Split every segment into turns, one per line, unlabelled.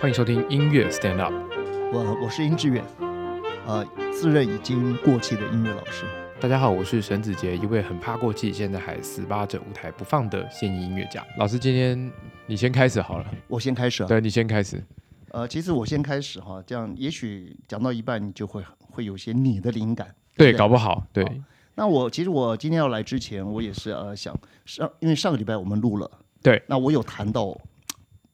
欢迎收听音乐 Stand Up。
我我是殷志远，呃，自认已经过气的音乐老师。
大家好，我是沈子杰，一位很怕过气，现在还死扒着舞台不放的现役音乐家。老师，今天你先开始好了，
我先开始啊，
对你先开始。
呃，其实我先开始哈，这样也许讲到一半你就会会有些你的灵感。
对，
对
搞不好，对
好那我其实我今天要来之前，我也是呃想上，因为上个礼拜我们录了，
对，
那我有谈到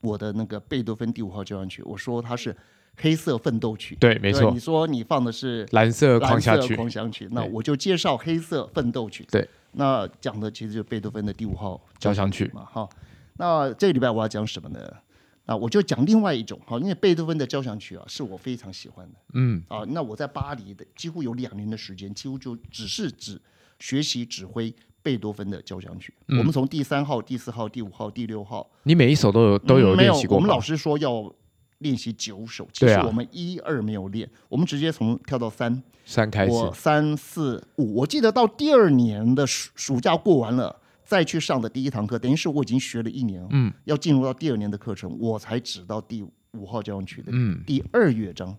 我的那个贝多芬第五号交响曲，我说它是黑色奋斗曲，
对，没
对
错
你，说你放的是
蓝色狂
蓝
想
色
曲，
狂想曲，那我就介绍黑色奋斗曲。
对，
那讲的其实就是贝多芬的第五号
交响曲
嘛，哈。那这个礼拜我要讲什么呢？那我就讲另外一种哈，因为贝多芬的交响曲啊，是我非常喜欢的
嗯，
啊。那我在巴黎的几乎有两年的时间，几乎就只是只学习指挥贝多芬的交响曲。
嗯
我们从第三号、第四号、第五号、第六号
你每一首都有都有
嗯没
练
有
习过
我们
吗
老师说要练习九首，其
对
实
啊
我们一二没有练，我们直接从跳到三。
三开始，
我三四五，我记得到第二年的暑暑假过完了，再去上的第一堂课，等于是我已经学了一年，
嗯，
要进入到第二年的课程，我才指到第五号交响曲的
嗯，
第二乐章。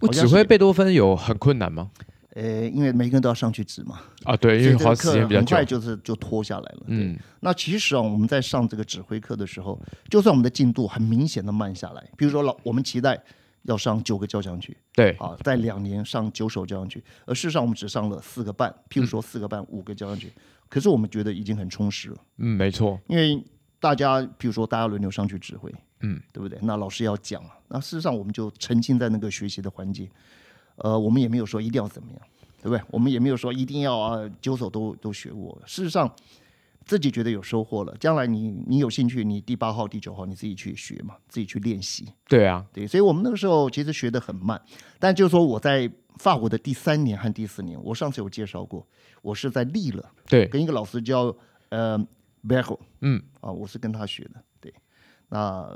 我
好
指
像
挥
是
贝多芬有很困难吗？
呃，因为每个人都要上去指嘛，
啊，对，因
所以
为
这
花
个
时
课
间比较
很快
久，
就是就拖下来了。对，
嗯，
那其实啊，我们在上这个指挥课的时候，就算我们的进度很明显的慢下来，比如说老我们期待要上九个交响曲，
对，
啊，在两年上九首交响曲，而事实上我们只上了四个半，譬如说四个半、五个交响曲，可是我们觉得已经很充实了，
嗯，没错，
因为大家譬如说大家轮流上去指挥，
嗯，
对不对？那老师要讲了，那事实上我们就沉浸在那个学习的环境，呃，我们也没有说一定要怎么样，对不对？我们也没有说一定要啊九首都都学过，事实上。自己觉得有收获了，将来你你有兴趣，你第八号、第九号你自己去学嘛，自己去练习。
对啊，
对，所以我们那个时候其实学得很慢，但就是说我在法国的第三年和第四年，我上次有介绍过，我是在利勒
对，
跟一个老师叫呃 b e r o
嗯，
啊，我是跟他学的。对，那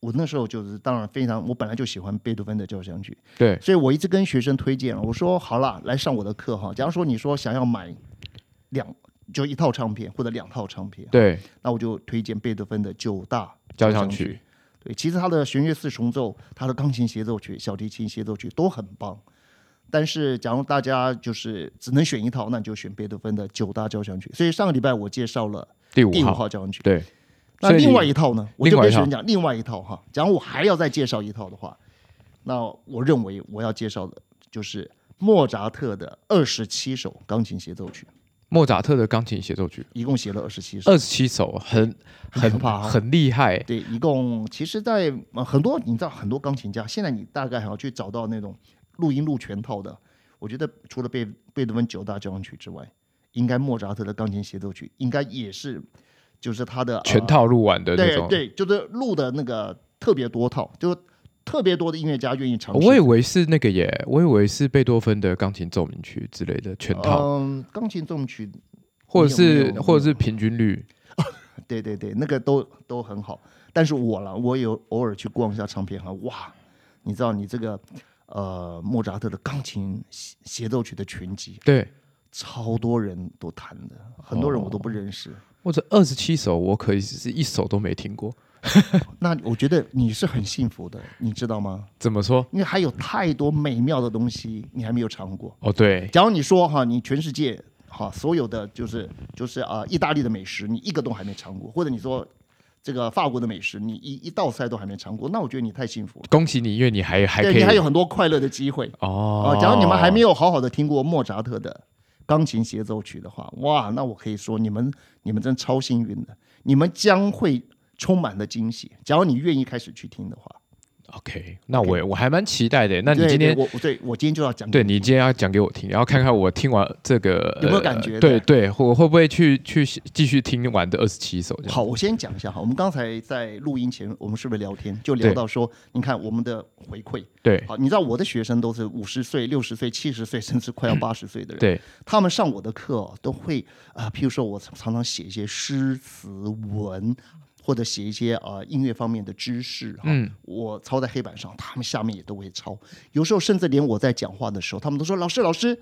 我那时候就是当然非常，我本来就喜欢贝多芬的交响曲，
对，
所以我一直跟学生推荐，我说好啦，来上我的课哈。假如说你说想要买两就一套唱片或者两套唱片，
对，
那我就推荐贝多芬的九大
交响曲，
对，其实他的弦乐四重奏、他的钢琴协奏曲、小提琴协奏曲都很棒。但是，假如大家就是只能选一套，那你就选贝多芬的九大交响曲。所以上个礼拜我介绍了
第
第
五
五
号，
号交响曲，
对，
那
所以
另
你
外一套呢？我就
另外一
跟
套
学生讲另外一套哈。假如我还要再介绍一套的话，那我认为我要介绍的就是莫扎特的二十七首钢琴协奏曲，
莫扎特的钢琴协奏曲。
一共写了二十七首。
二十七首，很很
很可怕哦
很厉害。
对，一共其实在，呃很多你知道，很多钢琴家现在你大概还要去找到那种录音录全套的。我觉得除了贝贝多芬九大交响曲之外，应该莫扎特的钢琴协奏曲应该也是，就是他的、呃
全套录完的那
对
种。
对，就是录的那个特别多套，就是特别多的音乐家愿意尝试。
我以为是那个耶，我以为是贝多芬的钢琴奏鸣曲之类的全套，
嗯，钢琴奏鸣曲，
或者
没有没
是
有
或者是平均律。
对对对，那个都都很好。但是我了，我有偶尔去逛一下唱片行，哇，你知道你这个呃莫扎特的钢琴协协奏曲的全集，
对，
超多人都弹的，很多人我都不认识。
或者二十七首，我可以是一首都没听过。
那我觉得你是很幸福的，你知道吗？
怎么说？
因为还有太多美妙的东西你还没有尝过。
哦，对，
假如你说哈，你全世界哈所有的就是就是啊、意大利的美食，你一个都还没尝过，或者你说这个法国的美食，你一一道菜都还没尝过，那我觉得你太幸福了。
恭喜你，因为你还还可
对
以
你还有很多快乐的机会啊、
哦。
假如你们还没
有，
有好好的听过莫扎特的钢琴协奏曲的话，哇，那我可以说你们你们真超幸运的，你们将会充满了惊喜。假如你愿意开始去听的话，
OK，那我我还蛮期待的。那你
对
今天
对我对我今天就要讲
对你今天要讲给我听，然后看看我听完这个
有没有
呃
感觉
对对，我会不会去去继续听完的二十七首这样？
好，我先讲一下哈，我们刚才在录音前，我们是不是聊天就聊
对
到说，你看我们的回馈，
对
好，你知道我的学生都是五十岁、六十岁、七十岁，甚至快要八十岁的人，
嗯对，
他们上我的课、哦、都会啊、呃譬如说我常常写一些诗词文，或者写一些啊、呃音乐方面的知识哈、
嗯
我抄在黑板上，他们下面也都会抄，有时候甚至连我在讲话的时候，他们都说老师老师，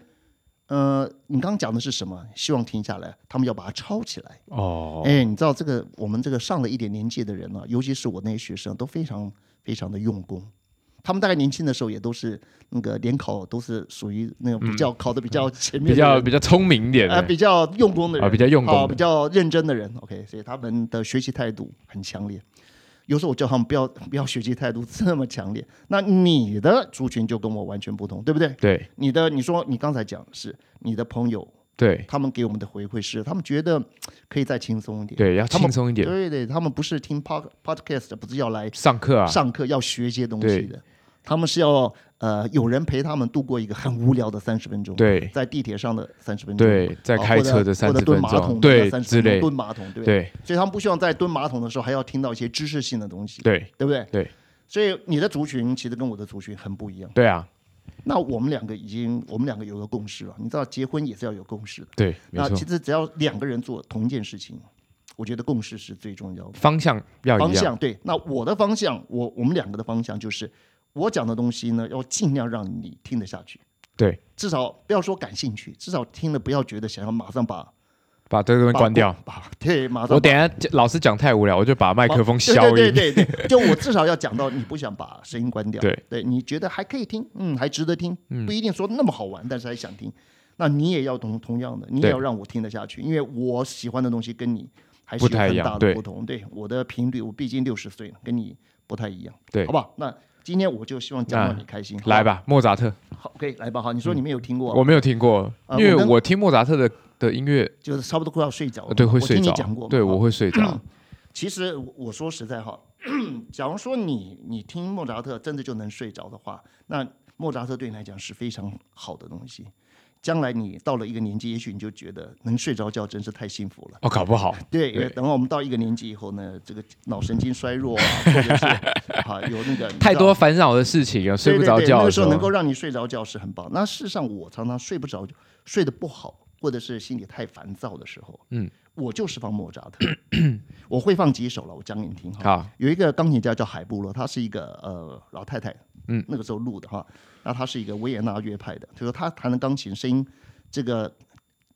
呃，你刚刚讲的是什么？希望停下来，他们要把它抄起来。
哦，
哎，你知道这个我们这个上了一点年纪的人呢、尤其是我那些学生，都非常非常的用功。他们大概年轻的时候也都是那个联考，都是属于那种比较考的比较前
嗯
面
比
的人、
较比较聪明一点的，
呃比较用功的人
啊，比较用
啊
功
比
的，
较认真的人。OK，所以他们的学习态度很强烈。有时候我叫他们不要不要学习态度这么强烈。那你的族群就跟我完全不同，对不对？
对
你的你说你刚才讲是你的朋友，
对
他们给我们的回馈是，他们觉得可以再轻松一点。
对，要
他们
轻松一点，
对对，他们不是听 pod podcast，不是要来
上课啊，
上课、要学一些东西的，他们是要呃有人陪他们度过一个很无聊的三十分钟，
对
在地铁上的三十分钟，
对，在
啊
开
或者
车的
或
三
者
十
蹲
分
马桶
钟，
的
对
30
之
分钟
类，
蹲马桶，对不对？
对
所以他们不希望在蹲马桶的时候还要听到一些知识性的东西，
对
对不对？
对
所以你的族群其实跟我的族群很不一样。
对啊，
那我们两个已经，我们两个有个共识了。你知道，结婚也是要有共识的。
对，没
那
错
其，实只要两个人做同一件事情，我觉得共识是最重要的。
方向要
方
一样，
向对，那我的方向，我我们两个的方向就是，我讲的东西呢，要尽量让你听得下去，
对，
至少不要说感兴趣，至少听了不要觉得想要马上把
把这个东西
把
关掉。
把对，马上
我等一下老师讲太无聊，我就把麦
把
克风
对
消
对
音。
对对对，就我至少要讲到你不想把声音关掉，
对，
你觉得还可以听，嗯，还值得听，不一定说那么好玩，但是还想听，那你也要同同样的，你也
对
要让我听得下去，因为我喜欢的东西跟你还是
不
有
太一
很
样
大的
对
不同，对我的频率，我毕竟六十岁了，跟你不太一样，
对
好不好？那今天我就希望讲到
那
你开心，好不好
来，吧，莫扎特，
好，可以来吧，好，你说你没有听过啊，
我没有听过，
呃
因为
我跟
我听莫扎特的的音乐，
就是差不多快要睡着了嘛，
对，会
我
睡
听
着
你讲过嘛，。嗯
对，
好
我会睡着。
其实我我说实在哈， 假如说你你听莫扎特真的就能睡着的话，那莫扎特对你来讲是非常好的东西。将来你到了一个年纪，也许你就觉得能睡着觉真是太幸福了。
哦，搞不好，
对，
对
等到我们到一个年纪以后呢，这个脑神经衰 弱啊，或者是啊有那个
太多烦扰的事情啊，睡不着
对对对，
觉
那
的
个时候能够让你睡着觉是很棒。那事实上，我常常睡不着，睡得不好，或者是心里太烦躁的时候，
嗯，
我就是放莫扎 特，我会放几首了，我讲给你听哈。
好，
有一个钢琴家叫海布罗，她是一个呃老太太，
嗯，
那个时候录的哈。那她是一个维也纳乐派的，就说她弹的钢琴声音，这个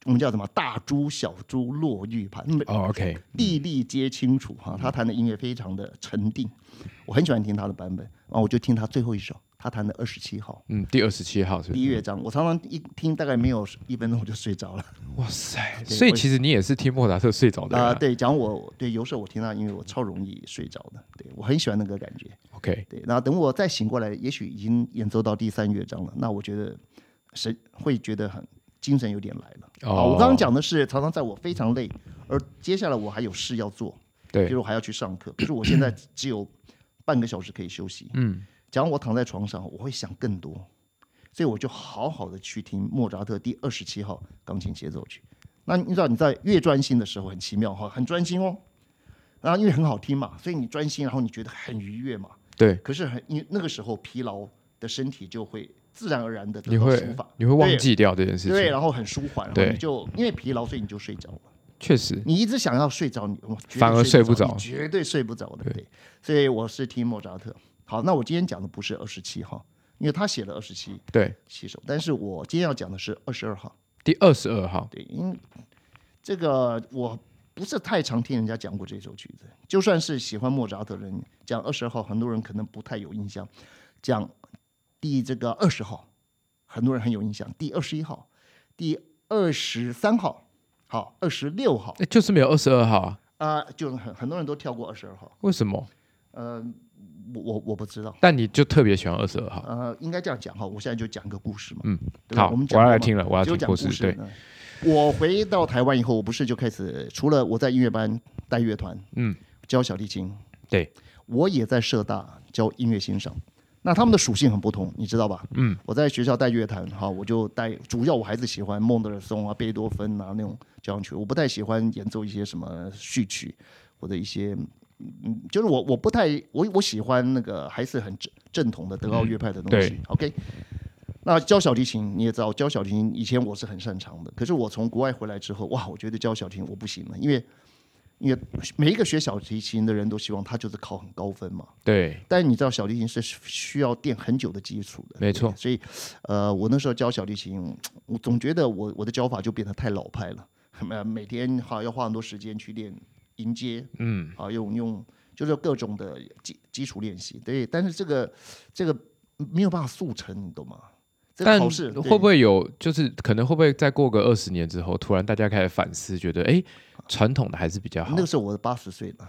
我们叫什么大珠小珠落玉盘，每
哦，OK，
粒粒皆清楚
嗯
哈。她弹的音乐非常的沉定，我很喜欢听她的版本。然后我就听她最后一首，她弹的二十七号
嗯，第二十七号是不
第
是
一乐章，我常常一听大概没有一分钟我就睡着了。
哇塞，
对
所以
我
其实你也是听莫扎特睡着的人
啊、
啊
对，讲我对，有时候我听她音乐我超容易睡着的，对我很喜欢那个感觉。
，OK，
对，然后等我再醒过来，也许已经演奏到第三乐章了，那我觉得神会觉得很精神有点来了。啊，
哦，
我刚刚讲的是常常在我非常累，而接下来我还有事要做，比
对
如我还要去上课，可是我现在只有半个小时可以休息。
嗯，
假如我躺在床上，我会想更多，所以我就好好的去听莫扎特第二十七号钢琴协奏曲。那你知道你在越专心的时候很奇妙哈，很专心哦，然后因为很好听嘛，所以你专心，然后你觉得很愉悦嘛。
对，
可是很，因为那个时候疲劳的身体就会自然而然的得
你
到
会
抒发，
你会忘记掉这件事
对，
情，
然后很舒缓，然后
对
你就因为疲劳，所以你就睡着了。
确实，
你一直想要睡着，你我绝对
反而睡
睡
不
你
着
绝对睡不着的。对，所以我是听莫扎特。好，那我今天讲的不是二十七号，因为他写了二十七
对，
七首，但是我今天要讲的是二十二号。
第二十二号，
对，因为这个我不是太常听人家讲过这首曲子，就算是喜欢莫扎特的人讲二十号，很多人可能不太有印象；讲第这个二十号，很多人很有印象；第二十一号、第二十三号、好二十六号
诶就是没有二十二号啊，
啊、就很很多人都跳过二十二号。
为什么？
呃，我我我不知道，
但你就特别喜欢二十二号，
呃，应该这样讲哈，我现在就讲个故事嘛。
嗯
对吧
好，
我们讲
要
过
来
嘛
听了，我要
就
听
讲
故事，对，
呢。我回到台湾以后，我不是就开始除了我在音乐班带乐团，
嗯，
教小提琴，
对，
我也在社大教音乐欣赏。那他们的属性很不同，你知道吧？
嗯，
我在学校带乐团，哈，我就带，主要我还是喜欢孟德尔松啊、贝多芬啊那种交响曲，我不太喜欢演奏一些什么序曲或者一些，嗯，就是我我不太我我喜欢那个还是很正正统的德奥乐派的东西。
对
OK，那教小提琴你也知道，教小提琴以前我是很擅长的，可是我从国外回来之后，哇，我觉得教小提琴我不行了，因为因为每一个学小提琴的人都希望他就是考很高分嘛。
对，
但你知道小提琴是需要垫很久的基础的，
没错
对所以，呃，我那时候教小提琴，我总觉得我我的教法就变得太老派了， 呃，每天哈要花很多时间去练音阶，嗯，啊，用用就是各种的基基础练习，对。但是这个这个没有办法速成，你懂吗？这个
但
考试
会不
会
会有，就是可能会不会再过个二十年之后，突然大家开始反思，觉得哎，诶传统的还是比较好
那，个时候我八十岁了？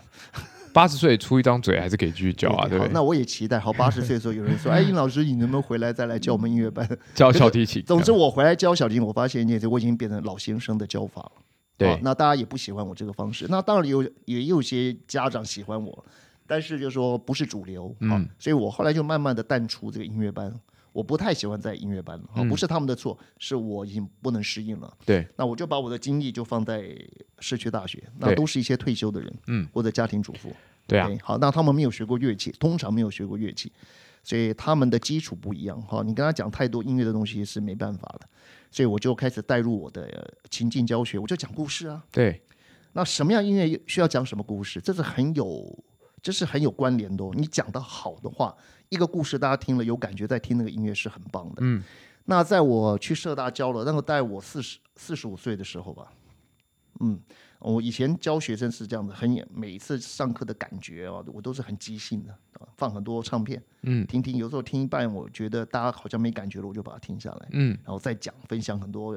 八十岁出一张嘴还是可以继续教啊，对
好
不对？
那我也期待，好，八十岁的时候有 人说，哎，殷老师，你能不能回来再来教我们音乐班？
教小提琴，
总之，我回来教小提琴，我发现也是我已经变成老先生的教法了。
对
好那大家也不喜欢我这个方式。那当然有也有些家长喜欢我，但是就说不是主流。好
嗯
所以我后来就慢慢的淡出这个音乐班，我不太喜欢在音乐班了。
嗯
好不是他们的错，是我已经不能适应了。
对，
那我就把我的精力就放在社区大学，那
对
都是一些退休的人，
嗯，
或者家庭主妇。
对啊，
对，好，那他们没有学过乐器，通常没有学过乐器，所以他们的基础不一样。哈，你跟他讲太多音乐的东西是没办法的，所以我就开始带入我的呃情境教学，我就讲故事啊。
对，
那什么样音乐需要讲什么故事，这是很有，这是很有关联的、哦。你讲的好的话，一个故事大家听了有感觉，在听那个音乐是很棒的。嗯，那在我去社大教了，那个在我四十四十五岁的时候吧，嗯，我以前教学生是这样的，很也每一次上课的感觉啊，我都是很即兴的，啊放很多唱片，嗯，听听，有时候听一半，我觉得大家好像没感觉了，我就把它停下来，
嗯，
然后再讲分享很多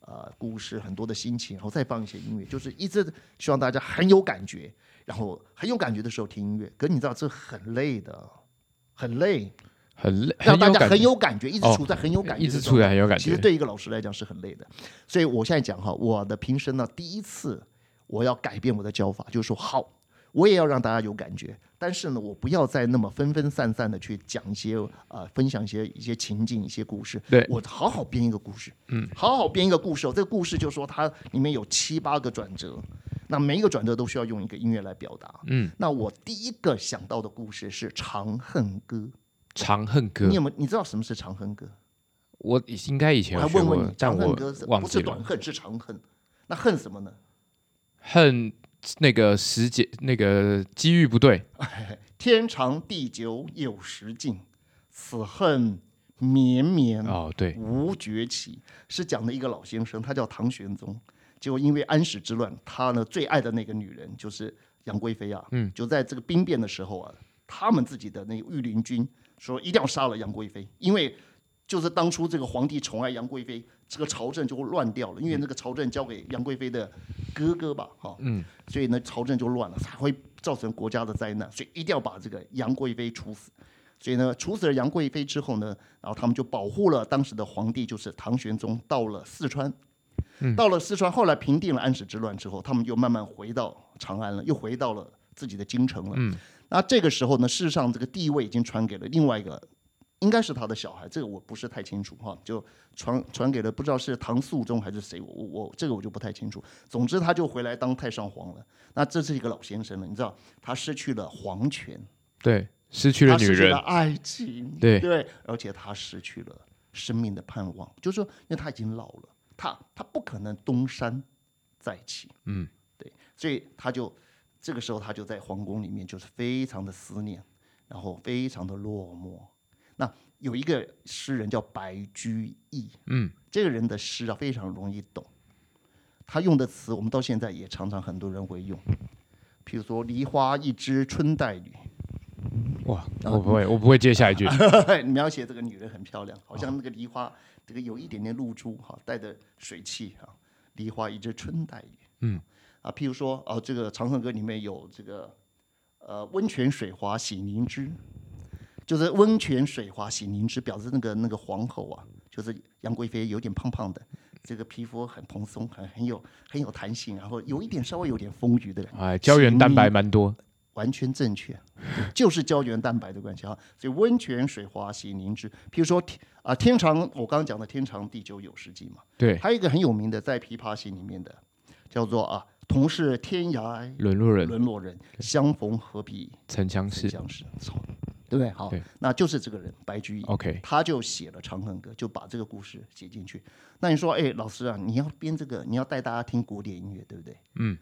呃故事，很多的心情，然后再放一些音乐，就是一直希望大家很有感觉，然后很有感觉的时候听音乐。可你知道这很累的，很累，
很累，
让
很有
大家
感
很
觉，
有感觉，一直
哦
处在很有感觉
一
的状态，
直处在很有感
其
觉
实，对一个老师来讲是很累的，所以我现在讲哈，我的平生呢第一次我要改变我的教法，就是说好，我也要让大家有感觉，但是呢，我不要再那么分分散散的去讲一些呃分享一些一些情境、一些故事。
对
我好好编一个故事，嗯，好好编一个故事、哦。这个故事就说它里面有七八个转折，那每一个转折都需要用一个音乐来表达。嗯，那我第一个想到的故事是《长恨歌》，
长恨歌
你，有没有？你知道什么是《长恨歌》？
我以应该以前
我
有
还
学
问
过
问你，，
但
长
我
恨歌是
忘
不
记
是短
了。
恨是长恨？那恨什么呢？
恨那个时节，那个机遇不对，
天长地久有时尽，此恨绵绵
哦，对，
无绝期。是讲的一个老先生，他叫唐玄宗，结果因为安史之乱，他呢最爱的那个女人就是杨贵妃啊，嗯，就在这个兵变的时候啊，他们自己的那个御林军说一定要杀了杨贵妃，因为就是当初这个皇帝宠爱杨贵妃，这个朝政就会乱掉了，因为那个朝政交给杨贵妃的哥哥吧，哈、嗯，所以呢朝政就乱了，才会造成国家的灾难，所以一定要把这个杨贵妃处死。所以呢，处死了杨贵妃之后呢，然后他们就保护了当时的皇帝，就是唐玄宗，到了四川。到了四川，后来平定了安史之乱之后，他们就慢慢回到长安了，又回到了自己的京城了。嗯，那这个时候呢，事实上这个地位已经传给了另外一个，应该是他的小孩，这个我不是太清楚哈，就传传给了不知道是唐肃宗还是谁，我我我这个我就不太清楚。总之，他就回来当太上皇了。那这是一个老先生了，你知道，他失去了皇权，
对，失去了
他
女
失去
人
了，爱情，
对
对，而且他失去了生命的盼望，就是说，因为他已经老了，他他不可能东山再起，嗯，对，所以他就这个时候他就在皇宫里面就是非常的思念，然后非常的落寞。那有一个诗人叫白居易，嗯，这个人的诗啊非常容易懂，他用的词我们到现在也常常很多人会用，譬如说“梨花一枝春带雨”。
哇，
啊
我不会，我不会接下一句，
你描写这个女人很漂亮，好像那个梨花，这个有一点点露珠哈，带着水汽哈，梨花一枝春带雨。嗯，啊，譬如说哦，这个《长恨歌》里面有这个呃温泉水滑洗凝脂，就是温泉水滑洗凝脂，表示那个那个皇后啊，就是杨贵妃有点胖胖的。这个皮肤很蓬松，很很有很有弹性，然后有一点稍微有点丰腴的感觉
哎，胶原蛋白蛮多，
完全正确，就是胶原蛋白的关系哈。所以温泉水滑洗凝脂，譬如说天啊、天长，我刚刚讲的天长地久有时尽嘛，
对，
还有一个很有名的在《琵琶行》里面的，叫做啊同是天涯
沦落人，
沦落人，相逢何必
沉香
曾
是
相识，对不对？好
对，
那就是这个人白居易。
OK，
他就写了《长恨歌》，就把这个故事写进去。那你说，哎，老师啊，你要编这个，你要带大家听古典音乐，对不对？嗯。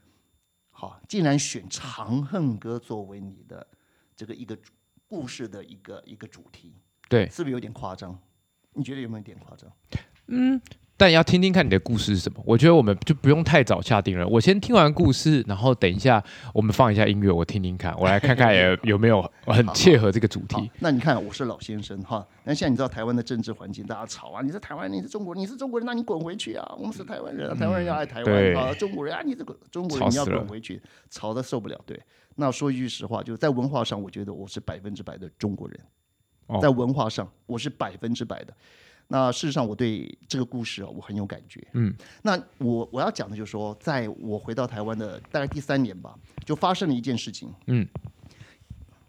好，竟然选《长恨歌》作为你的这个一个主故事的一个一个主题，
对，
是不是有点夸张？你觉得有没有点夸张？
但要听听看你的故事是什么。我觉得我们就不用太早下定了。我先听完故事，然后等一下我们放一下音乐，我听听看，我来看 看有有没有很切合这个主
好
题。，
那你看我是老先生哈，那现在你知道台湾的政治环境，大家吵啊，你是台湾人，你是中国人，你是中国人，那你滚回去啊！我们是台湾人啊，台湾人要爱台湾
对
啊，中国人啊，你这个中国
吵
人你要
死了
滚回去，吵得受不了。对，那说一句实话，就是在文化上，我觉得我是百分之百的中国人，
哦
在文化上我是百分之百的。那事实上，我对这个故事啊，我很有感觉。
嗯，
那我我要讲的就是说，在我回到台湾的大概第三年吧，就发生了一件事情。
嗯，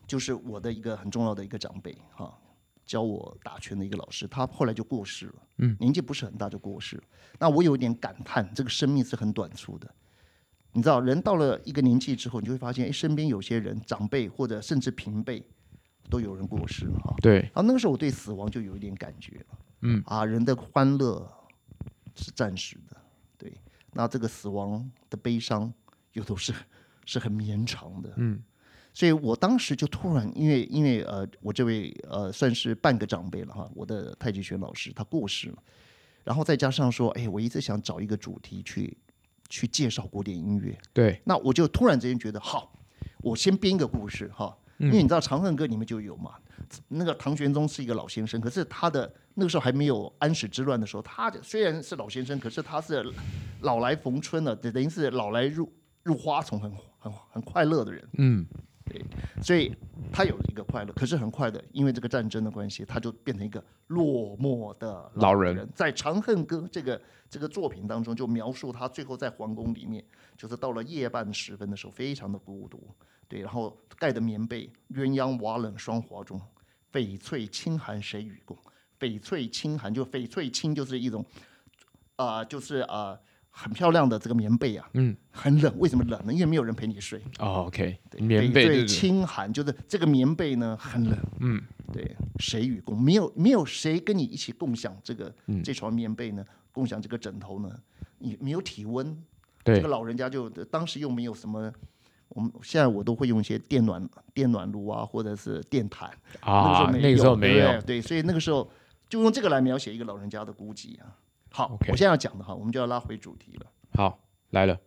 就是我的一个很重要的一个长辈哈、教我打拳的一个老师，他后来就过世了。嗯，年纪不是很大就过世了。那我有一点感叹，这个生命是很短促的。你知道，人到了一个年纪之后，你就会发现，哎，身边有些人长辈或者甚至平辈，都有人过世了哈、
对，
然后那个时候我对死亡就有一点感觉了，嗯啊，人的欢乐是暂时的，对，那这个死亡的悲伤有的是 是很绵长的，嗯，所以我当时就突然因为因为呃，我这位呃算是半个长辈了哈，我的太极拳老师他过世了，然后再加上说，哎，我一直想找一个主题去去介绍古典音乐，
对，
那我就突然之间觉得，好，我先编一个故事哈，因为你知道《长恨歌》里面就有嘛，那个唐玄宗是一个老先生，可是他的那个时候还没有安史之乱的时候，他虽然是老先生，可是他是老来逢春了，等于是老来入入花丛，很很很快乐的人，
嗯，
所以他有一个快乐，可是很快的，因为这个战争的关系，他就变成一个落寞的
老人
人。在《长恨歌》这个这个作品当中，就描述他最后在皇宫里面，就是到了夜半时分的时候，非常的孤独，对，然后盖的棉被，鸳鸯瓦冷霜华中，翡翠清寒谁与共？翡翠清寒就翡翠清就是一种，啊、就是啊、呃很漂亮的这个棉被啊，
嗯，
很冷，为什么冷呢？因为没有人陪你睡。
哦，OK，
对
棉
翡
被
翠
就是
清寒，就是这个棉被呢很冷，嗯，对，谁与共？没有没有谁跟你一起共享这个、
嗯
这床棉被呢，共享这个枕头呢？你没有体温，这
对
个，老人家就当时又没有什么。我们现在我都会用一些电暖电暖炉啊，或者是电毯
啊，
那
那
个
个时
时
候
候
没
没
有
对，不对对，所以那个时候就用这个来描写一个老人家的孤寂啊。好
OK
我现在要讲的哈，我们就要拉回主题了。
好，来了，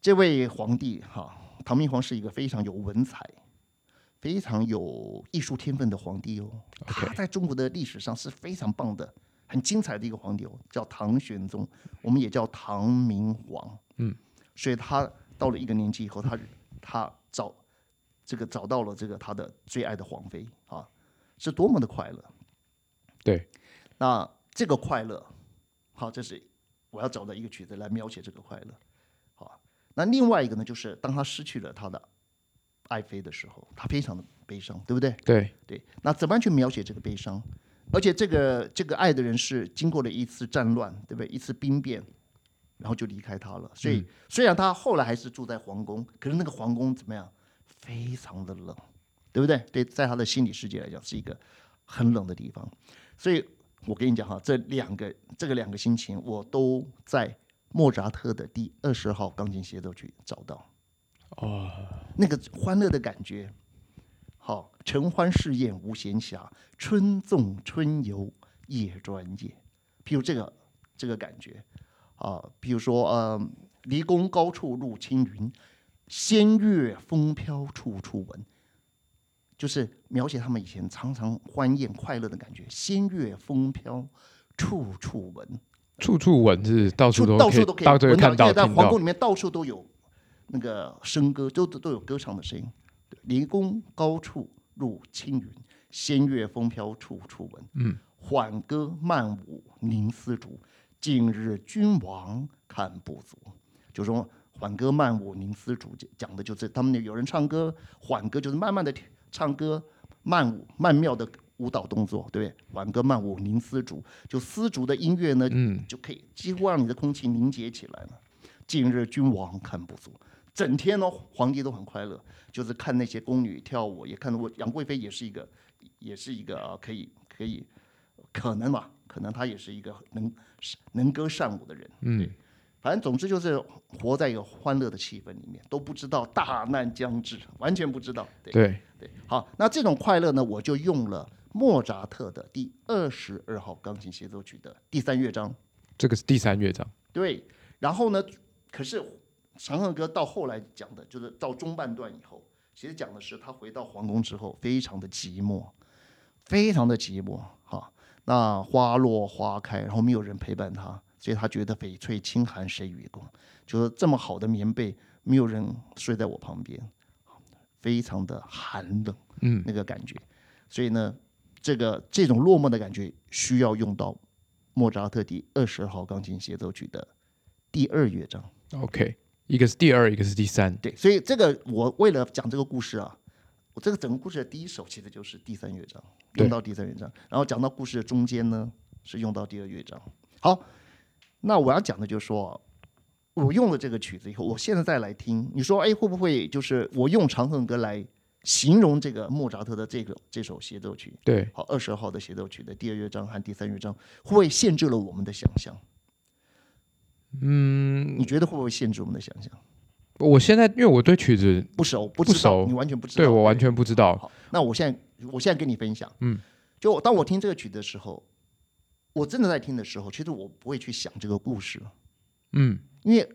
这位皇帝哈，唐明皇是一个非常有文采、非常有艺术天分的皇帝哦。他在中国的历史上是非常棒的、很精彩的一个皇帝哦，叫唐玄宗，我们也叫唐明皇。嗯，所以他到了一个年纪以后，他他找这个找到了这个他的最爱的皇妃啊，是多么的快乐。
对，
那这个快乐，好，这是我要找的一个曲子来描写这个快乐。好，那另外一个呢，就是当他失去了他的爱妃的时候，他非常的悲伤，对不对？
对，
对，那怎么样去描写这个悲伤？而且这个这个爱的人是经过了一次战乱，对不对？一次兵变，然后就离开他了。所以、虽然他后来还是住在皇宫，可是那个皇宫怎么样？非常的冷，对不对？对，在他的心理世界来讲，是一个很冷的地方。所以我跟你讲哈，这两个这个两个心情，我都在莫扎特的第二十号钢琴协奏曲找到。哦，那个欢乐的感觉，好，承欢侍宴无闲暇，春纵春游夜专夜。譬如这个这个感觉啊，譬如说呃，离宫高处露青云，仙乐风飘处处闻。就是描写他们以前常常欢宴快乐的感觉，仙乐风飘，处处闻。
处处闻是到处
就
都
到
可以
处都可以
到处
闻
看
到，因
到
为在
听
皇
到
宫，里面到处都有那个笙歌，都都有歌唱的声音。对离宫高处入青云，仙乐风飘处处闻。嗯，缓歌慢舞凝丝竹，近日君王看不足。就说缓歌慢舞凝丝竹讲的就是他们有人唱歌，缓歌就是慢慢的唱歌，慢舞曼妙的舞蹈动作，对不对？缓歌慢舞凝丝竹，就丝竹的音乐呢，就可以几乎让你的空气凝结起来了。近日君王看不足，整天呢皇帝都很快乐，就是看那些宫女跳舞，也看我杨贵妃也是一个，也是一个、啊、可以可以，可能吧，可能她也是一个能能歌善舞的人。
嗯，
反正总之就是活在有欢乐的气氛里面，都不知道大难将至，完全不知道。对
对，
对，好，那这种快乐呢，我就用了莫扎特的第二十二号钢琴协奏曲的第三乐章。
这个是第三乐章，
对，然后呢，可是长恨歌到后来讲的，就是到中半段以后，其实讲的是他回到皇宫之后，非常的寂寞，非常的寂寞哈。那花落花开，然后没有人陪伴他，所以他觉得翡翠清寒谁与共？就是这么好的棉被，没有人睡在我旁边，非常的寒冷，嗯，那个感觉。所以呢，这个这种落寞的感觉需要用到莫扎特第二十号钢琴协奏曲的第二乐章。
OK，一个是第二，一个是第三。
对，所以这个我为了讲这个故事啊，我这个整个故事的第一首其实就是第三乐章，
对
用到第三乐章，然后讲到故事的中间呢是用到第二乐章。好，那我要讲的就是说，我用了这个曲子以后，我现在再来听，你说哎会不会就是我用长恨歌来形容这个莫扎特的这个这首协奏曲？
对，
好，二十号的协奏曲的第二乐章和第三乐章，会不会限制了我们的想象？嗯，你觉得会不会限制我们的想象？
我现在因为我对曲子
不熟，不
不
知道，
熟
你完全不知道。
对我完全不知道。
好，那我现在我现在跟你分享，嗯，就我当我听这个曲的时候，我真的在听的时候，其实我不会去想这个故事，
嗯，
因为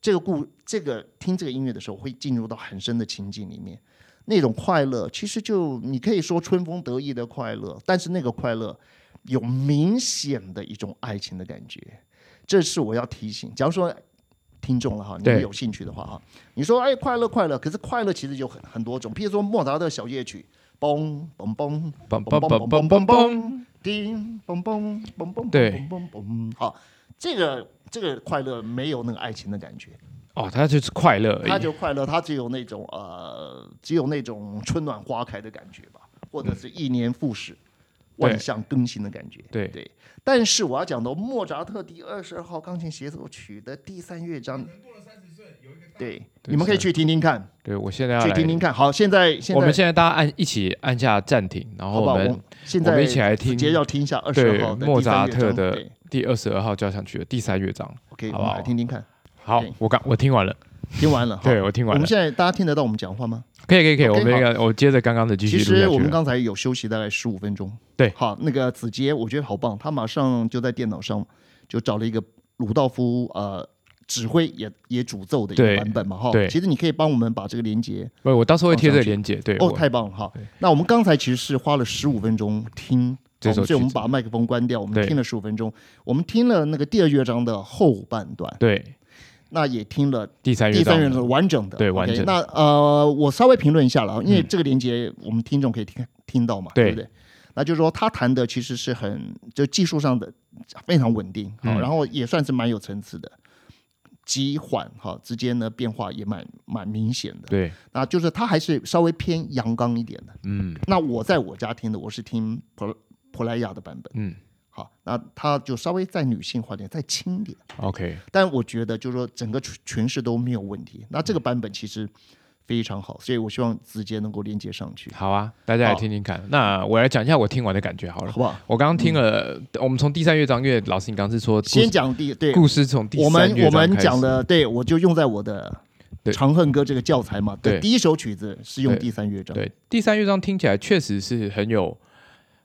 这个故这个听这个音乐的时候，会进入到很深的情境里面，那种快乐，其实就你可以说春风得意的快乐，但是那个快乐有明显的一种爱情的感觉，这是我要提醒。假如说听众了哈，你
对
们有兴趣的话哈，你说哎快乐快乐，可是快乐其实有很很多种，譬如说莫扎特小夜曲，嘣嘣嘣
嘣嘣
嘣嘣
嘣嘣
嘣嘣
嘣
嘣
嘣，
叮嘣嘣嘣嘣，
对
嘣嘣嘣，好，这个这个快乐没有那个爱情的感觉，
哦，他就是快乐
他
而已。
就快乐，他只有那种呃，只有那种春暖花开的感觉吧，或者是一年复始、
嗯对
万象更新的感觉。
对
对，但是我要讲到莫扎特第二十二号钢琴协奏曲的第三乐章。对，
对
你们可以
是
去听听看，
对，我现在要
去
来
听听看。好，现在现在
我们现在大家按一起按下暂停，然后
好吧，
我
我
们
们现
我
在
们一起来听
直接要听一下二十
对
二号的
莫
第三
扎
乐
特
章
的
对
第二十二号交响曲的第三乐章。
OK，
好
我
不
们来
好
听听看。
好
对，
我刚我听完了，
听完了，好
对我听
我
完
们
了，
现在大家听得到我们讲话吗？
可以可以可以，
OK，
我们那个我接着刚刚的继续录
其
下去啊
实我们
了
刚才有休息大概十五分钟。
对
好，那个子杰我觉得好棒，他马上就在电脑上就找了一个鲁道夫呃指挥也也主奏的一个
对
版本嘛哈。
对
其实你可以帮我们把这个连接
不，我到时候会贴这个
放上去
链接。对，
哦，
我
太棒了哈。那我们刚才其实是花了十五分钟听。
这
好
首
所以我们
曲子
把麦克风关掉，我们
对
听了十五分钟，我们听了那个第二乐章的后半段，
对
那也听了
第三乐
第三
章
人是完整的，
对
OK，
完整嗯
那呃，我稍微评论一下了啊，因为这个连接我们听众可以听听到嘛，
对
对不对？那就是说他谈的其实是很就技术上的非常稳定，好、
嗯
然后也算是蛮有层次的。急缓哈之间呢变化也蛮蛮明显的，
对，
那就是他还是稍微偏阳刚一点的。
嗯
那我在我家听的我是听普普莱亚的版本，
嗯
好，那他就稍微再女性化点，再轻一点。
，OK，
但我觉得就是说整个诠诠释都没有问题。那
嗯
这个版本其实非常好，所以我希望直接能够连接上去，
好啊，大家来听听看。那我来讲一下我听完的感觉好了
好。不好？
我刚刚听了，我们从第三乐章，因为老师你刚刚是说故
嗯先
事
讲第对，
故事从第
我
三
们
乐章
我们
开始
讲的对，我就用在我的
对
《长恨歌》这个教材嘛。对，
对
第一首曲子是用
对
第三乐章，
对第三乐章听起来确实是很有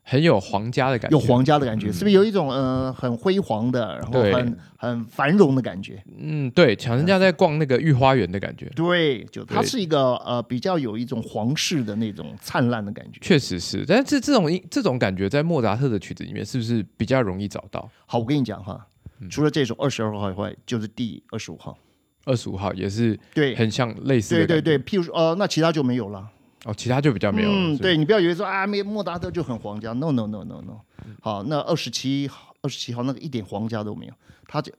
很有皇家的感觉，嗯
有皇家的感觉，是不是有一种呃很辉煌的，然后
对
很很繁荣的感觉？
嗯，对，强人家在逛那个御花园的感觉，
对，就它
对
是一个呃比较有一种皇室的那种灿烂的感觉。
确实是。但是这种音这种感觉在莫扎特的曲子里面是不是比较容易找到？
好，我跟你讲哈，
嗯
除了这首二十二号以外，就是第二十五号。
二十五号也是
对，
很像类似
对
的感觉
对对，譬如说，呃，那其他就没有了。
哦，其他就比较没有了。
嗯，
是吧，
对你不要以为说啊，没莫扎特就很皇家，no no no no no。好，那二十七二十七号那个一点皇家都没有，他就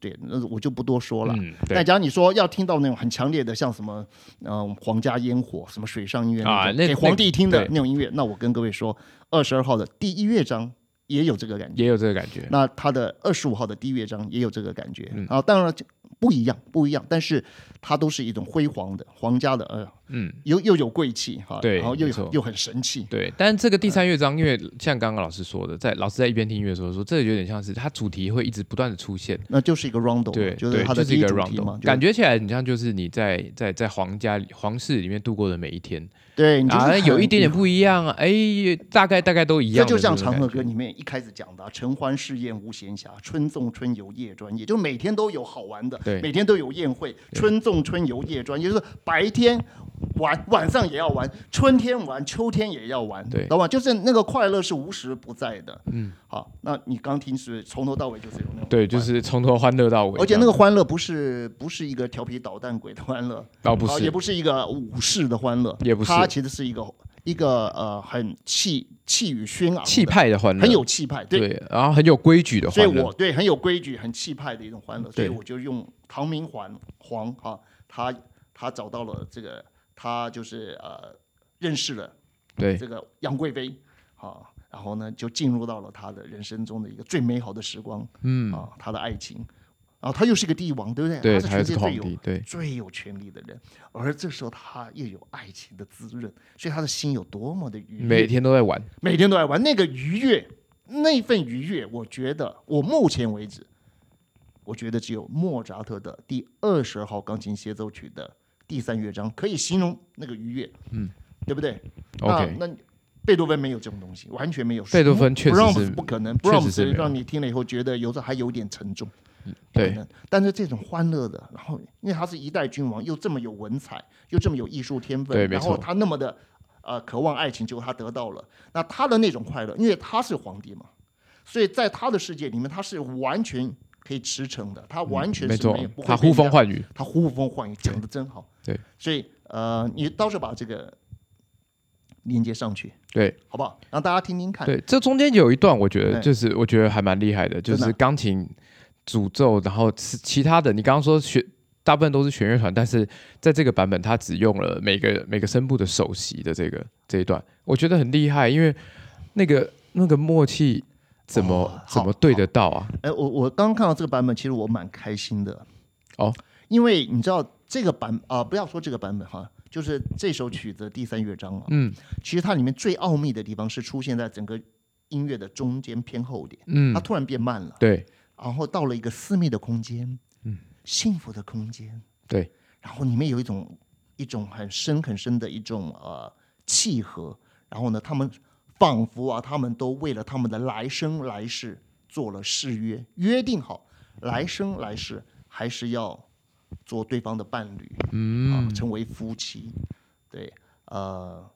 对，那我就不多说了。
嗯，
但
对
假如你说要听到那种很强烈的，像什么，嗯、皇家烟火，什么水上音乐
啊
种
那
给皇帝听的
对
那种音乐，那我跟各位说，二十二号的第一乐章也有这个感觉，
也有这个感觉。
那他的二十五号的第一乐章也有这个感
嗯
觉，啊，当然就不一样，不一样，但是它都是一种辉煌的皇家的呃嗯，又又有贵气哈，
对
然后又
没错
有又很神气，
对，但这个第三乐章，因为像刚刚老师说的，在老师在一边听音乐的时候说，这有点像是它主题会一直不断的出现，
那就是一个 rondo，嘛
对，
哦就是
对
它的
是
第
一个
主题
round，
嘛，
感
觉
觉起来很像就是你在在在皇家里皇室里面度过的每一天
对，你就是
啊，
很
有一点点不一样啊，哎，大概大概都一
这
样的那种感觉，
就像《长河歌》里面一开始讲的啊、晨欢试宴无闲暇，春纵春游夜专夜”，就每天都有好玩的，
对
每天都有宴会，春纵春游夜专，也就是白天玩，晚上也要玩，春天玩，秋天也要玩，
对
懂吗？就是那个快乐是无时不在的。嗯，好，那你刚听是从头到尾就是有那种
对，就
欢
是从头欢乐到尾
而
这
且
样，
那个欢乐不是不是一个调皮捣蛋鬼的欢乐，
倒不
啊
是
也不是一个武士的欢乐，
也不是
它其实是一个一个呃很气气宇轩昂的、
气派的欢乐，
很有气派，
嗯
对，
对，然后很有规矩的
所
欢
以
乐，
我对很有规矩、很气派的一种欢乐，所以
对
我就用唐明皇皇哈、他他找到了这个，他就是呃认识了
对
这个杨贵妃啊，然后呢就进入到了他的人生中的一个最美好的时光，嗯啊，他的爱情，然后他又是个帝王，对不对？
对，
他
他又
是全世
是
界
皇
最有
帝，对，
最有权力的人，而这时候他又有爱情的滋润，所以他的心有多么的愉悦
每，天都在玩，
每天都在玩，那个愉悦，那份愉悦，我觉得我目前为止，我觉得只有莫扎特的第二十号钢琴协奏曲的第三乐章可以形容那个愉悦，嗯，对不对
OK
那那贝多芬没有这种东西，完全没有。
贝多芬确实
不
是
不可能，
确
不让
实是没有
让你听了以后觉得有时候还有点沉重。可
对，
能，但是这种欢乐的，然后因为他是一代君王，又这么有文采，又这么有艺术天
对
分，
没
然
错
后他那么的呃渴望爱情，结果他得到了。那他的那种快乐，因为他是皇帝嘛，所以在他的世界里面，他是完全可以驰骋的，他完全
嗯没
是
错
没有、不，会
他
被
呼风
人家
唤雨，
他呼风唤雨，讲的真好。
对，
所以呃，你到时候把这个连接上去，
对。
好不好？让大家听听看。
对，这中间有一段，我觉得
啊对
就是我觉得还蛮厉害的，就
真的啊
是钢琴主奏，然后其其他的，你刚刚说弦大部分都是弦乐团，但是在这个版本，他只用了每个每个声部的首席的这个这一段，我觉得很厉害，因为那个那个默契怎么、
哦
怎么
好
对得到啊？
哎，我我刚刚看到这个版本，其实我蛮开心的。
哦，
因为你知道这个版啊、不要说这个版本哈，就是这首曲子的第三乐章啊，
嗯
其实它里面最奥秘的地方是出现在整个音乐的中间偏后点，
嗯
它，突然变慢了，
对
然后到了一个私密的空间，嗯，幸福的空间，
对，
然后里面有一种一种很深很深的一种呃契合，然后呢，他们仿佛啊，他们都为了他们的来生来世做了誓约，约定好来生来世还是要做对方的伴侣，嗯、啊，成为夫妻，对，呃。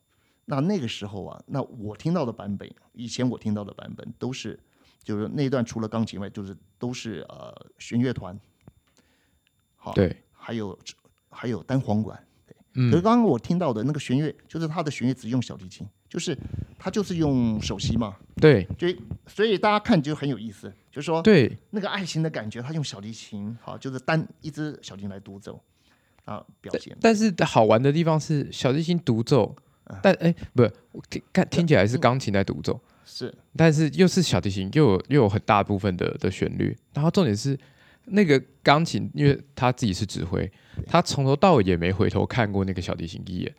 那那个时候啊，那我听到的版本，以前我听到的版本都是，就是那一段除了钢琴外，就是都是呃弦乐团，好，
对，
还有还有单簧管。对，
嗯
可是刚刚我听到的那个弦乐，就是它的弦乐只用小提琴，就是它就是用首席嘛，
对
就所以大家看就很有意思，就是说
对，
那个爱情的感觉，他用小提琴，好，就是单一支小提琴来独奏啊表现。
但是好玩的地方是小提琴独奏，但哎、不是我听看听起来是钢琴在独奏。
是
但是又是小提琴，又有又有很大部分的的旋律。然后重点是那个钢琴，因为他自己是指挥，他从头到尾也没回头看过那个小提琴一眼。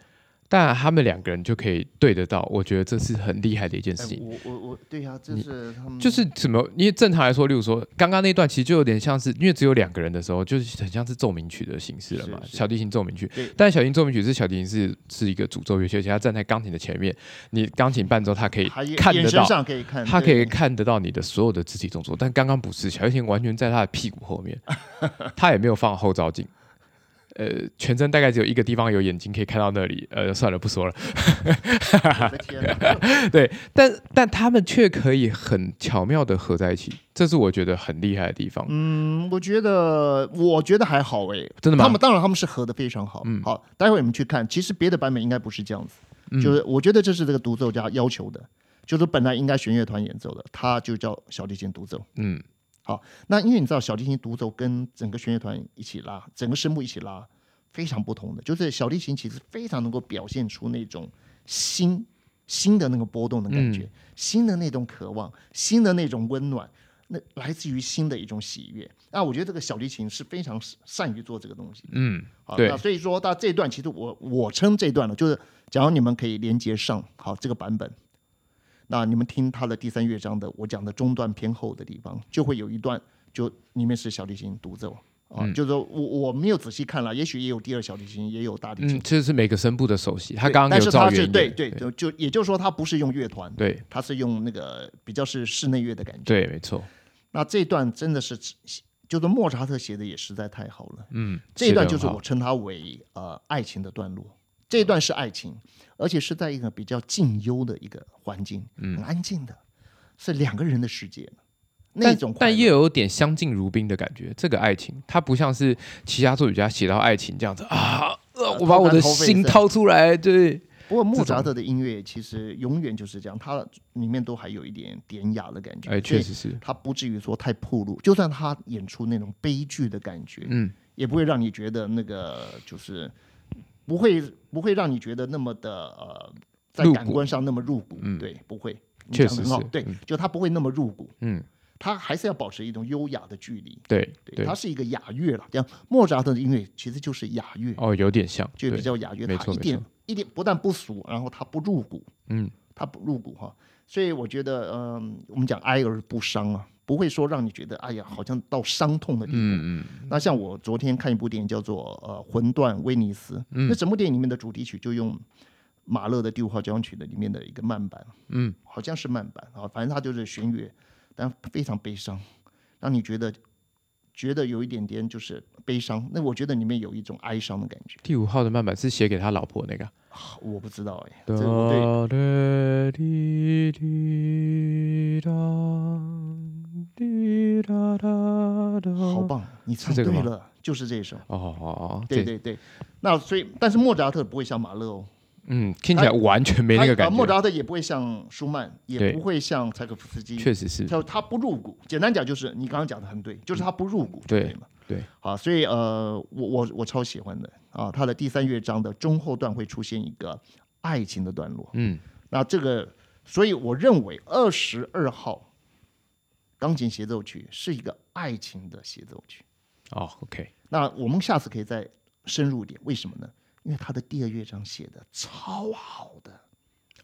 但他们两个人就可以对得到，我觉得这是很厉害的一件
哎
事情。
我我我，对呀、这是他们
就是怎么，因为正常来说，例如说刚刚那段，其实就有点像是，因为只有两个人的时候，就是很像是奏鸣曲的形式了嘛，
是是
小提琴奏鸣曲
对。
但小提琴奏鸣曲是小提琴是是一个主奏乐器，而且它站在钢琴的前面，你钢琴伴奏，它可以
还有
看得
眼
到
神，上可以看，
他可
对
以看得到你的所有的肢体动作，但刚刚不是，小提琴完全在他的屁股后 面，他也没有放后照镜。呃，全身大概只有一个地方有眼睛可以看到那里，呃，算了，不说了。
我的天哪，
但但他们却可以很巧妙的合在一起，这是我觉得很厉害的地方。
嗯，我觉得我觉得还好哎、
真的
他
吗
们？当然他们是合的非常好，好，待会你们去看，其实别的版本应该不是这样子，
嗯
就是我觉得这是这个独奏家要求的，就是本来应该弦乐团演奏的，他就叫小提琴独奏。
嗯，
那因为你知道小提琴独奏跟整个弦乐团一起拉，整个声部一起拉，非常不同的，就是小提琴其实非常能够表现出那种
嗯
新新的那个波动的感觉，新的那种渴望，新的那种温暖。那来自于新的一种喜悦。那我觉得这个小提琴是非常善善于做这个东西。
嗯，
好，
对
那所以说，到这一段其实我我称这一段呢，就是假如你们可以连接上好这个版本，那你们听它的第三乐章的我讲的中段偏后的地方，就会有一段就里面是小提琴独奏啊，
嗯
就是说我我没有仔细看了，也许也有第二小提琴，也有大提琴。
嗯，这是每个声部的熟悉。他
对
刚刚
但
有
是
照
它是
原
对
点，
对，就就也就是说，它不是用乐团，
对
它是用那个比较是室内乐的感觉。
对，没错，
那这段真的是，就是莫扎特写的也实在太好了。
嗯，
这一段
写
就
得
是
很好
我称它为呃爱情的段落。这一段是爱情，而且是在一个比较静幽的一个环境，
嗯
很安静的，是两个人的世界，那
但
种快乐
但又有点相敬如宾的感觉。这个爱情，它不像是其他作曲家写到爱情这样子啊，呃
呃
我把
偷
我
干
的
偷狒
心
狒
掏出来，对，
不过莫扎特的音乐其实永远就是这样，它里面都还有一点典雅的感觉，
哎，确，实是，
它不至于说太暴露，就算他演出那种悲剧的感觉，
嗯，
也不会让你觉得那个就是不会不会让你觉得那么的呃，在
入骨嗯
感官上那么入骨，对，不会，你
确
讲得
实
很好
是
对，就它不会那么入骨，
嗯，
它还是要保持一种优雅的距离，
对
对，
对
它，是一个雅乐了，像莫扎特的音乐其实就是雅乐，
哦，有点像，
就比
对，
较雅乐，
没
它
错
一
没
点
错
一点不但不俗，然后它不入骨，
嗯，
它不入骨哈，所以我觉得，嗯，我们讲哀而不伤啊，不会说让你觉得，哎呀，好像到伤痛的地步。
嗯嗯，
那像我昨天看一部电影叫做呃《魂断威尼斯》，
嗯
那整部电影里面的主题曲就用马勒的第五号交响曲的里面的一个慢板，
嗯，
好像是慢板啊，反正它就是弦乐，但非常悲伤，让你觉得觉得有一点点就是悲伤。那我觉得里面有一种哀伤的感觉，
第五号的慢板是写给他老婆那个啊，
啊我不知道哎、
哒
这个我对
哒滴滴哒滴哒哒哒，
好棒，你唱
这
对
个吗
了，就是这首。
哦哦哦，
对
这，
对对，那所以但是莫扎特不会像马勒哦，
嗯，听起来完全没那个
他
感
呃莫
觉，
扎特也不会像舒曼，也
对
不会像柴可夫斯基，
确实是，
他他不入股，简单讲就是你刚刚讲的很对，就是他不入股，
对
吗？
对，
好，所以呃，我我我超喜欢的啊，他的第三乐章的中后段会出现一个爱情的段落，
嗯，
那这个，所以我认为二十二号钢琴协奏曲是一个爱情的协奏曲。
哦，OK，
那我们下次可以再深入一点，为什么呢？因为他的第二乐章写的超好的。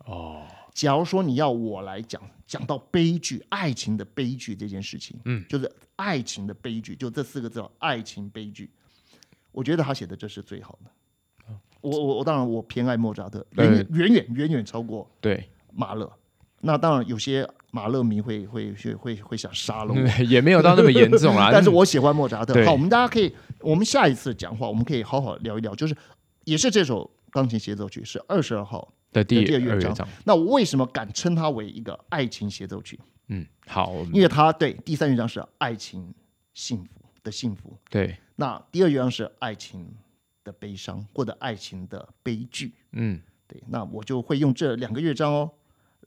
哦，
假如说你要我来讲，讲到悲剧、爱情的悲剧这件事情，嗯，就是爱情的悲剧，就这四个字哦，爱情悲剧。我觉得他写的这是最好的。我我我当然我偏爱莫扎特，远远远远远远超过
对，
马勒。那当然有些马勒迷会会会会会想杀了我，
也没有到那么严重 啊啦，
但是我喜欢莫扎特。
对
好，我们大家可以，我们下一次讲话，我们可以好好聊一聊，就是也是这首钢琴协奏曲是二十二号。
嗯的第
第二
二
乐章
章，
那我为什么敢称它为一个爱情协奏曲？
嗯，好，我们
因为它对第三乐章是爱情幸福的幸福，
对，
那第二乐章是爱情的悲伤或者爱情的悲剧。
嗯，
对，那我就会用这两个乐章哦，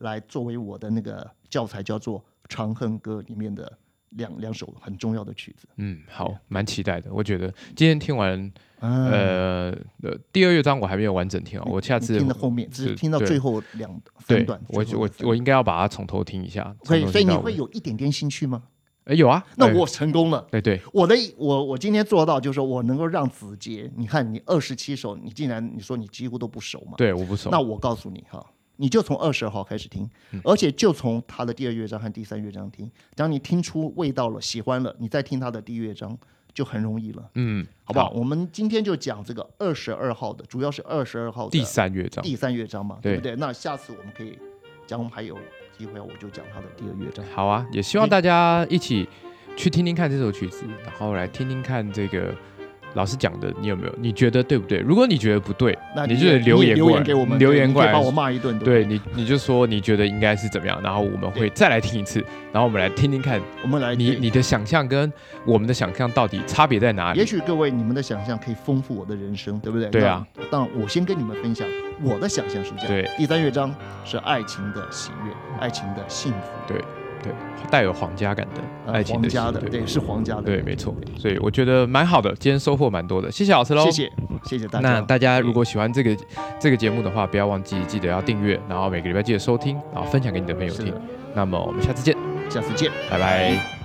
来作为我的那个教材，叫做《长恨歌》里面的两两首很重要的曲子。
嗯，好，蛮期待的。我觉得今天听完，
啊，
呃，呃第二乐章我还没有完整听哦，我下
你
次
听到后面，只是
对
听到
对
最后两三
对
段。，
我
最后
我
的三
我应该要把它从头听一下。
所以
从头
所以
听
你
到
会
尾
有一点点兴趣吗？
哎有啊？
那
哎
我成功了。
对对
我的我我今天做到就是我能够让子杰，你看你二十七首，你竟然你说你几乎都不熟嘛？
对，我不熟。
那我告诉你哈，你就从二十号开始听，
嗯
而且就从他的第二乐章和第三乐章听，只要你听出味道了，喜欢了，你再听他的第一乐章就很容易了，
嗯，
好不好？我们今天就讲这个二十二号的，主要是二十二号
第
的
三乐章，
第三乐章嘛，
对
对不对？那下次我们可以，假如我们还有机会，我就讲他的第二乐章。
好啊，也希望大家一起去听听看这首曲子，
嗯
然后来听听看这个老师讲的，你有没有？你觉得对不对？如果你觉得不对，
那
你
你
就
也
得留
你也
言
留
过
言
来
给我们，
留
对
言
你
过
可以
来
把我骂一顿，不
对你，你就说你觉得应该是怎么样，然后我们会再来听一次，然后我们来听听看
我们来
你
哎对
你的想象跟我们的想象到底差别在哪
也
里？
许各位你们的想象可以丰富我的人生，对不对？
对啊
那。当然，我先跟你们分享我的想象是这样。
对，
第三乐章是爱情的喜悦，爱情的幸福，
对，带有皇家感的
呃
爱情
皇
的
家的，
喜悦
对，是皇家的。
对，没错。所以我觉得蛮好的，今天收获蛮多的，谢谢老师喽。
谢谢，谢谢大家。嗯
那大家如果喜欢这个这个节目的话，不要忘记记得要订阅，然后每个礼拜记得收听，然后分享给你的朋友
是
听
的。
那么我们下次见，
下次见。
拜拜。